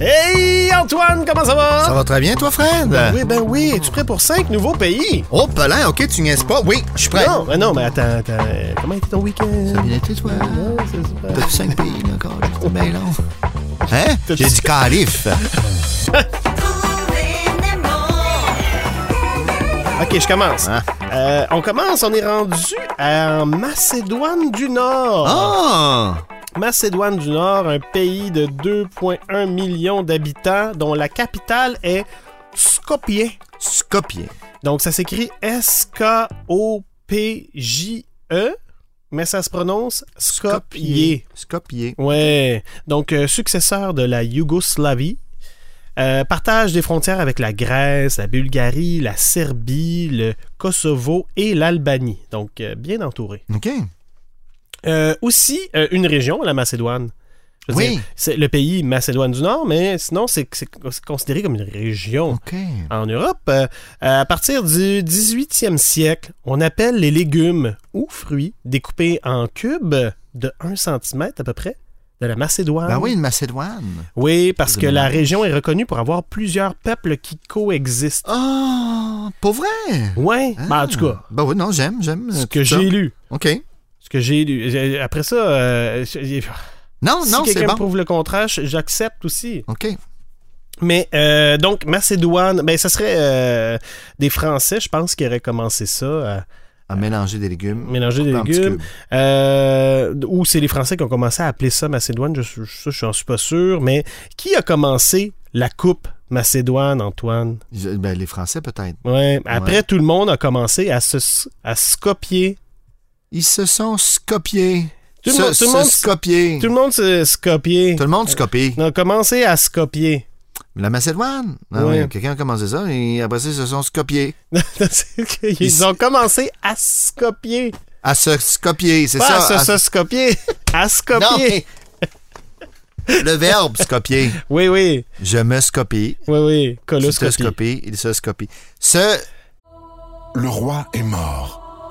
Hey Antoine, comment ça va? Ça va très bien, toi, Fred? Oui, ben oui, es-tu prêt pour cinq nouveaux pays? Oh, là, ok, tu niaises pas. Oui, je suis prêt. Non, mais non, mais attends, attends. euh, Comment était ton week-end? Ça a bien été, toi? Non, c'est super. T'as-tu cinq pays, là, encore? C'est bien long. Hein? J'ai dit calife. Ok, je commence. Ah. Euh, on commence, on est rendu en Macédoine du Nord. Oh! Macédoine du Nord, un pays de 2,1 millions d'habitants dont la capitale est Skopje. Skopje. Donc ça s'écrit S-K-O-P-J-E, E, mais ça se prononce Skopje. Skopje. Ouais. Donc euh, successeur de la Yougoslavie. Euh, partage des frontières avec la Grèce, la Bulgarie, la Serbie, le Kosovo et l'Albanie. Donc, euh, bien entouré. OK. Euh, aussi, euh, une région, la Macédoine. Je veux Oui. dire, C'est le pays Macédoine du Nord, mais sinon, c'est c'est considéré comme une région. OK. En Europe, euh, à partir du 18e siècle, on appelle les légumes ou fruits découpés en cubes de 1 cm à peu près de la Macédoine. Ben oui, une Macédoine. Oui, parce que Excusez-moi. la région est reconnue pour avoir plusieurs peuples qui coexistent. Oh! Pour vrai? Ouais, Ah. Ah! ben, en tout cas, Ben oui, non, j'aime, j'aime. euh, ce que tout ça. j'ai lu. OK. Ce que j'ai lu. J'ai- Après ça, euh, j'ai- Non, si non, c'est quelqu'un me bon. prouve le contraire, j'accepte aussi. OK. Mais euh, donc, Macédoine, ben, ça serait euh, des Français, je pense, qui auraient commencé ça. à- À mélanger des légumes. Mélanger des Couper en petits légumes. cubes. Euh, ou c'est les Français qui ont commencé à appeler ça Macédoine, je, suis- je, je n'en suis pas sûr, mais qui a commencé la coupe Macédoine, Antoine? Je- Ben, les Français, peut-être. Ouais. Après, Ouais. tout le monde a commencé à se, à se copier. Ils se sont scopiés. Tout le se, monde- tout le se monde- scopier. Tout le monde se, se copier. Tout le monde se copie. On a commencé à se copier. La Macédoine. Ah Ouais. oui, Quelqu'un a commencé ça et après ça, ils se sont scopiés. Ils ont commencé à se copier. À se scopier, c'est Pas ça. à à- se, se copier. À se copier. Non, mais- Le verbe scopier. Oui, oui. Je me scopie. Oui, oui. Je te Coloscopie. scopie. Il se scopie. Ce. Le roi est mort,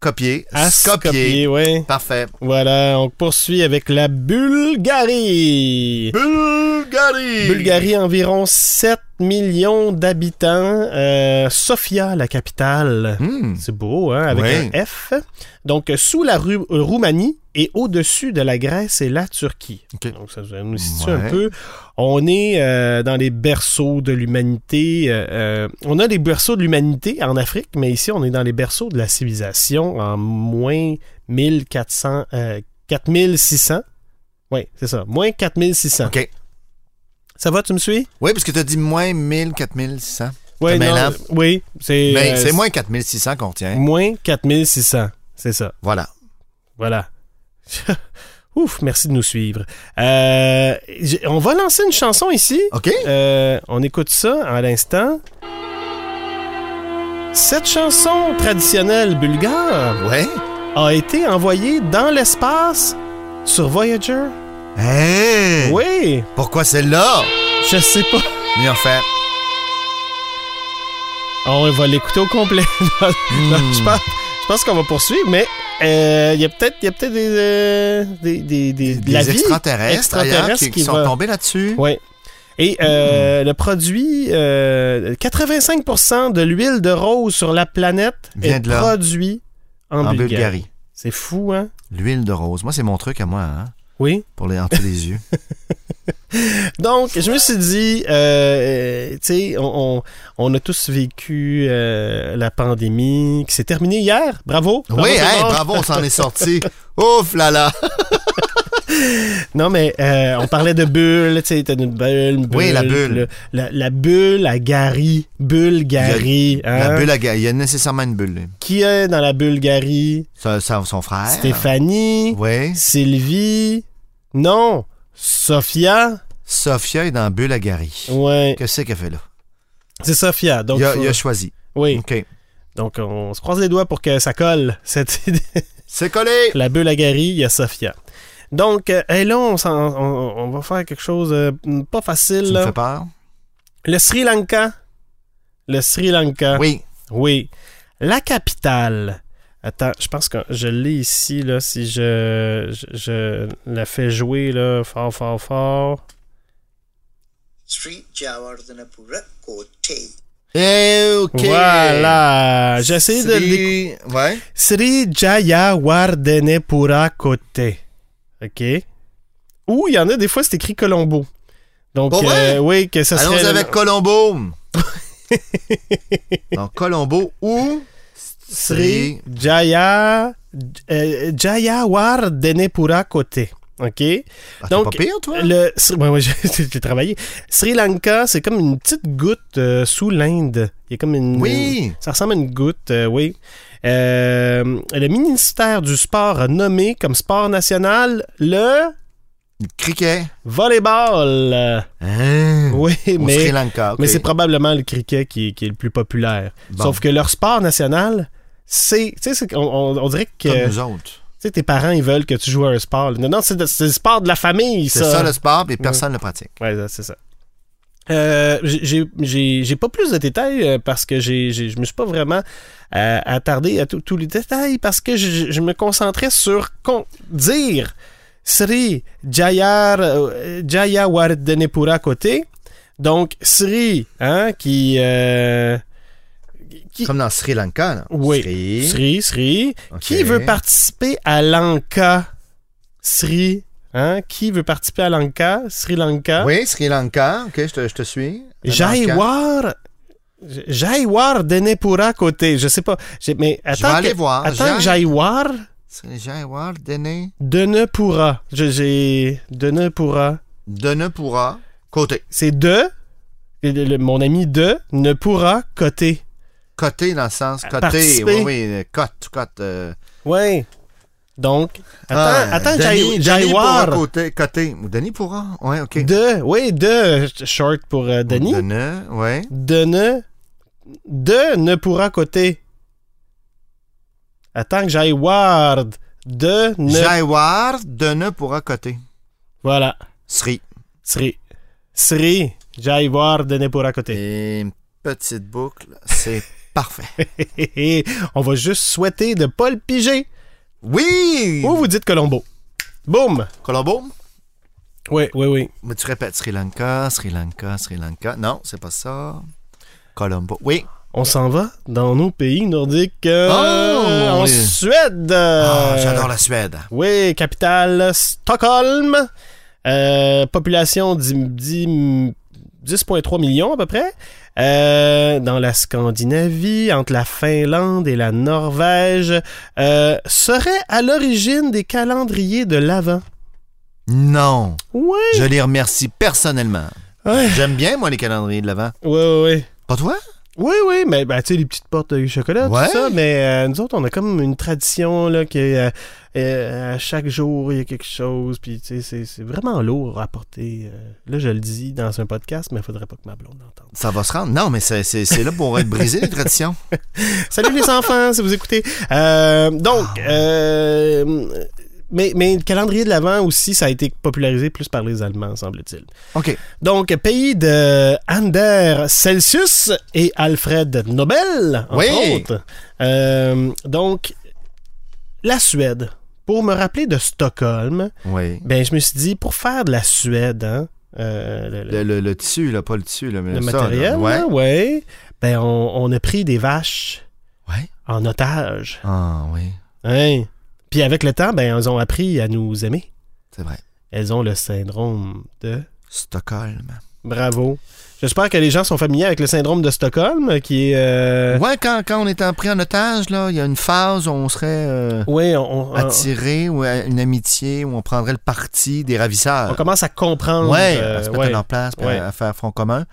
Copier. À se scopier. copier, oui. Parfait. Voilà, on poursuit avec la Bulgarie. Bulgarie. Bulgarie, environ 7 millions d'habitants. Euh, Sofia, la capitale. Hmm. C'est beau, hein, avec Oui. un F. Donc, euh, sous la Ru- euh, Roumanie et au-dessus de la Grèce et la Turquie. Ok. Donc, ça nous situe Ouais. un peu. On est euh, dans les berceaux de l'humanité. euh, euh, on a des berceaux de l'humanité en Afrique, mais ici, on est dans les berceaux de la civilisation en moins 1400, euh, 4600. Oui, c'est ça. Moins 4600. OK. Ça va, tu me suis? Oui, parce que tu as dit moins 1000, 4600. Ouais, T'es non, mêlant. oui, c'est hein? Ben, euh, c'est moins 4600 qu'on tient. moins 4600. C'est ça. Voilà. Voilà. Ouf, merci de nous suivre. Euh, j'ai- on va lancer une chanson ici. OK? Euh, on écoute ça à l'instant. Cette chanson traditionnelle bulgare Ouais. a été envoyée dans l'espace sur Voyager. Hey! Oui, Pourquoi celle-là? je sais pas. Mais enfin. On va l'écouter au complet. Non, Hmm. non, je pense, je pense qu'on va poursuivre, mais euh, il y a peut-être il y a peut-être des, euh, des, des, des, des la vie extraterrestres, ailleurs extraterrestre qui, qui sont va- tombés là-dessus. Oui. Et euh, Hmm. le produit, euh, 85% de l'huile de rose sur la planète Vient est de là. produit en, en Bulgarie. Bulgarie. C'est fou, hein? L'huile de rose. Moi, c'est mon truc à moi, hein, Oui. pour les hanter les yeux. Donc, je me suis dit, euh, tu sais, on, on- on a tous vécu euh, la pandémie qui s'est terminée hier. Bravo. tout Oui, le hey, monde. bravo, on s'en est sorti. Ouf là là. Non, mais euh, on parlait de bulle, tu sais, t'as une bulle, une bulle. Oui, la bulle. le- la, la bulle à Gary. Bulgarie. La hein, bulle, à ga- il y a nécessairement une bulle. là. Qui est dans la Bulgarie? Ça- ça- son frère. Stéphanie. Oui. Sylvie. Non. Sophia. Sophia est dans la bulle à Gary. Ouais. Qu'est-ce qu'elle fait là? C'est Sophia. Donc, il, a, faut- il a choisi. oui. OK. Donc, on se croise les doigts pour que ça colle, cette idée. C'est collé! La bulle à Gary, il y a Sophia. Donc, euh, hey, là, on, s'en- on- on va faire quelque chose euh, pas facile. Tu me là. fais peur? Le Sri Lanka. Le Sri Lanka. Oui. Oui. La capitale. Attends, je pense que je l'ai ici, là, si je, je, je la fais jouer, là, fort, fort, fort. Sri Javardhanapura Kotte. Eh, OK. Voilà! J'ai essayé de... le décou- Sri- Ouais. Sri Jayawardhenepura Kotte. OK? Ou il y en a des fois, c'est écrit Colombo. Donc, Pour vrai? euh, oui, que ça Allons serait... avec Colombo. Donc, Colombo ou Sri Jaya... euh, Jayawardhenepura Kotte. OK? Ah, t'es Donc, pas pire, toi? Le, Sri- ouais, ouais, j'ai j'ai travaillé. Sri Lanka, c'est comme une petite goutte euh, sous l'Inde. Il y a comme une. Oui. une- ça ressemble à une goutte, euh, oui. Euh, le ministère du Sport a nommé comme sport national le Cricket. volleyball. Euh, Hein? Oui, Au mais, Sri Lanka. ok. mais c'est probablement le cricket qui, est- qui est le plus populaire. Bon. Sauf que leur sport national, c'est. Tu sais, c'est- on, on- on dirait que Comme tu nous autres. sais, tes parents, ils veulent que tu joues à un sport. Non, non, c'est de- c'est le sport de la famille, C'est ça le sport, mais personne ne le pratique. Ouais, ça, c'est ça. Euh, j'ai- j'ai- j'ai j'ai pas plus de détails euh, parce que j'ai j'ai- je me suis pas vraiment euh, attardé à tout- tous les détails parce que je, je me concentrais sur con- dire Sri Jayar euh, Jayawardhenepura côté donc Sri hein qui euh, qui Comme dans Sri Lanka. là. oui Sri. Sri Sri. Ok. qui veut participer à l'Anka Sri hein qui veut participer à l'Anka Sri Lanka Oui, Sri Lanka. OK, je te, je te suis. Lanka. Jaywar. Jaywar Denepura côté. Je sais pas. J'ai- Mais attends Je vais aller que, voir. Attends que Jai- Jaywar Sri Jaywar Dene Denepura. Je- J'ai. Denepura. Denepura. Côté. C'est de. et le- le- mon ami de ne pourra côté. Côté dans le sens côté. participer. Oui, oui, euh, cote, cote. euh, Ouais. Donc. Attends, ah, attends Denis- Jai- Denis Jaywar. Pourra, Côté, côté. Ou Denis pourra. Oui, OK. De. Oui, de. Short pour euh, Denis. Dene, ouais. De ne. De ne pourra côté. Attends que Jaywar. De ne. Jaywar Dene pourra côté. Voilà. Sri. Sri. Sri. Jaywar de Nepura côté. Et une petite boucle. C'est parfait. On va juste souhaiter de pas le piger. Oui! Ou vous dites Colombo. Boum. Colombo? Oui, oui, oui. Mais tu répètes Sri Lanka, Sri Lanka, Sri Lanka. Non, c'est pas ça. Colombo. Oui. On s'en va dans nos pays nordiques. euh, Oh, en oui. Suède. Euh. Ah, J'adore la Suède. Oui, capitale Stockholm. Euh, population dix- dix- 10,3 millions à peu près. Euh, dans la Scandinavie, entre la Finlande et la Norvège, euh, serait à l'origine des calendriers de l'Avent. Non. Oui. Je les remercie personnellement. Ouais. J'aime bien, moi, les calendriers de l'Avent. Oui, oui, oui. Pas toi? Oui, oui, mais ben, tu sais, les petites portes de chocolat, Ouais. tout ça, mais euh, nous autres, on a comme une tradition là, que euh, euh, à chaque jour, il y a quelque chose, puis tu sais, c'est- c'est vraiment lourd à porter. euh. là, je le dis dans un podcast, mais il faudrait pas que ma blonde l'entende. Ça va se rendre. Non, mais c'est- c'est c'est là pour être brisé, les traditions. Salut les enfants, si vous écoutez. Euh, donc, euh, mais, mais le calendrier de l'Avent aussi, ça a été popularisé plus par les Allemands, semble-t-il. OK. Donc, pays de Anders Celsius et Alfred Nobel, entre Oui. autres. Euh, donc, la Suède. Pour me rappeler de Stockholm, Oui. ben, je me suis dit, pour faire de la Suède, hein, euh, le- le- Le, le- le tissu, là, pas le tissu, là, mais le ça, là. matériel, Ouais. là, ouais, ben, on, on a pris des vaches Ouais. en otage. Ah, oui. Hein? Puis avec le temps, ben, elles ont appris à nous aimer. C'est vrai. Elles ont le syndrome de Stockholm. Bravo. J'espère que les gens sont familiers avec le syndrome de Stockholm, qui est... euh, Ouais, quand, quand on est en- pris en otage, là, il y a une phase où on serait euh, ouais, on, on- attiré ou à une amitié où on prendrait le parti des ravisseurs. on commence à comprendre... euh, ouais, euh, à se mettre ouais. en place, puis ouais. à, à faire front commun.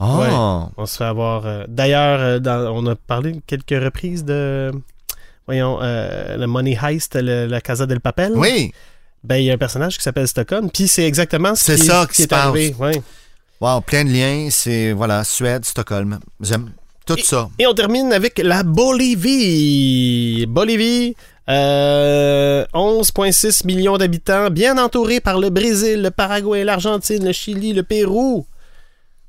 Oh, On se fait avoir. euh, D'ailleurs, euh, dans- on a parlé quelques reprises de. Voyons, euh, le Money Heist, le- la Casa del Papel. oui, Ben, il y a un personnage qui s'appelle Stockholm, puis c'est exactement ce C'est qui, est- ça qui qui est se passe. arrivé. ouais. wow, plein de liens, c'est, voilà, Suède, Stockholm, j'aime tout ça. Et on termine avec la Bolivie. Bolivie, euh, 11,6 millions d'habitants, bien entourée par le Brésil, le Paraguay, l'Argentine, le Chili, le Pérou.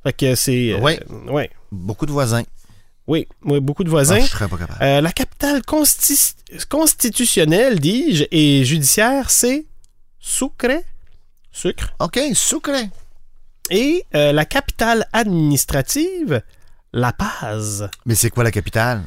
Fait que c'est. euh, Ouais. ouais. Beaucoup de voisins. Oui, oui, beaucoup de Ah, voisins. je serais pas capable. Euh, la capitale consti- constitutionnelle, dis-je, et judiciaire, c'est Sucre. Sucre. OK, Sucre. Et euh, la capitale administrative, La Paz. Mais c'est quoi la capitale?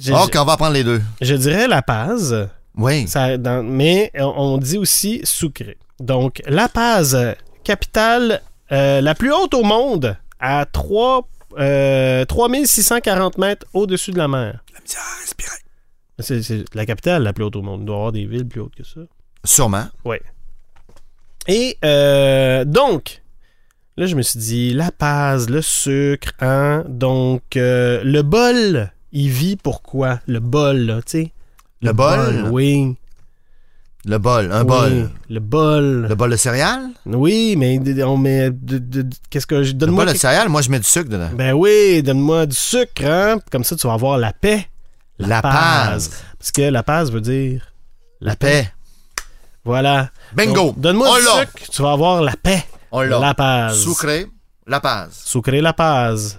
Je, OK, on va prendre les deux. je- je dirais La Paz, Oui. ça- dans- mais on- on dit aussi Sucre. Donc, La Paz, euh, capitale euh, la plus haute au monde, à 3, euh, 3640 mètres au-dessus de la mer. ah, C'est c'est la capitale la plus haute au monde. Il doit y avoir des villes plus hautes que ça. Sûrement. Et euh, donc, là, je me suis dit, la paz, le sucre, hein? Donc, euh, le bol, il vit pourquoi? Le bol, là, tu sais. Le bol? Oui. Le bol, un oui, bol. Le bol. Le bol de céréales? Oui, mais d- on met. de- de- de- Qu'est-ce que je. Le Donne-moi. bol de quelque- céréales, moi, je mets du sucre dedans. Ben oui, donne-moi du sucre, hein? Comme ça, tu vas avoir la paix. La paz. Parce que la paz veut dire. La paix. Voilà. Bingo. Donc, Donne-moi On du l'a. sucre, tu vas avoir la paix. On La l'a. paz. Sucré, la paz. Sucré la paz.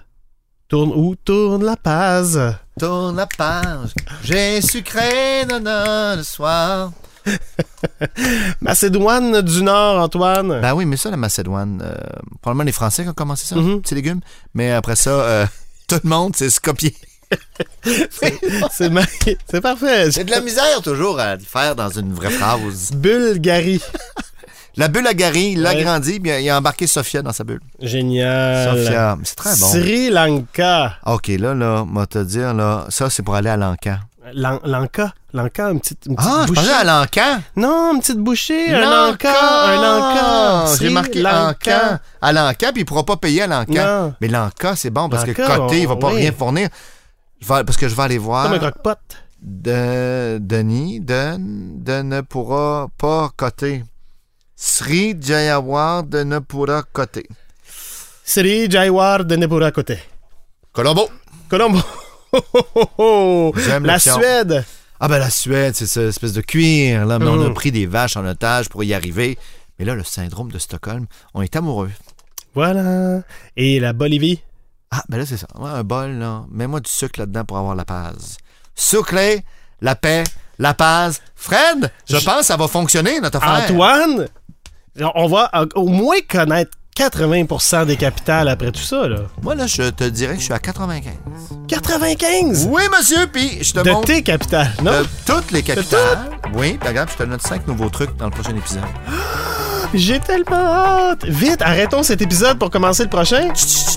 Tourne où tourne la paz. Tourne la page. J'ai sucré, nana, le soir. Macédoine du Nord, Antoine. Ben oui, mais ça, la Macédoine, euh, probablement les Français qui ont commencé ça, Mhm. petits légumes. Mais après ça, euh, tout le monde, c'est se copier. C'est ma- c'est parfait. C'est de la misère toujours à le faire dans une vraie phrase. Bulgarie. La bulle a garé, il a Ouais. Euh, grandi, puis il a embarqué Sofia dans sa bulle. Génial. Sofia, c'est très bon. Sri Lanka. Ah, OK, là, là, moi te dire, là, ça, c'est pour aller à l'encan. Lan- Lanka. Lanka, une petite, une petite Ah, je bouchée. pensais à l'encan. Non, une petite bouchée. Un L'Ancan! Lanka. Un Lanka. J'ai Sri marqué Lanka. l'encan. À l'encan, puis il ne pourra pas payer à l'encan. Non. Mais l'encan, c'est bon parce que L'Ancan, côté, il ne va on- pas oui. rien fournir. Je vais- parce que je vais aller voir. Comme un croque-pot. de Denis de, de ne pourra pas coter. Sri Jayawar de ne pourra coter. Sri Jaiwar de Nepura côté. Colombo. Colombo. J'aime La l'option. Suède. Ah ben la Suède, c'est cette espèce de cuir. Là, mais on Mhm. a pris des vaches en otage pour y arriver. Mais là, le syndrome de Stockholm, on est amoureux. Voilà. Et la Bolivie. Ah ben là, c'est ça. Ouais, un bol, là. Mets-moi du sucre là-dedans pour avoir la paz. Sucré, la paix, la paz. Fred, je, Je- pense que ça va fonctionner, notre Ah. affaire. Antoine, on va euh, au moins connaître 80% des capitales après tout ça. Là. Moi, là, je te dirais que je suis à 95. 95 Oui, monsieur, puis je te de montre... tes capitales, non? hein? De toutes les capitales. Oui, puis regarde, je te note cinq nouveaux trucs dans le prochain épisode. J'ai tellement hâte! Vite, arrêtons cet épisode pour commencer le prochain. Chut, chut,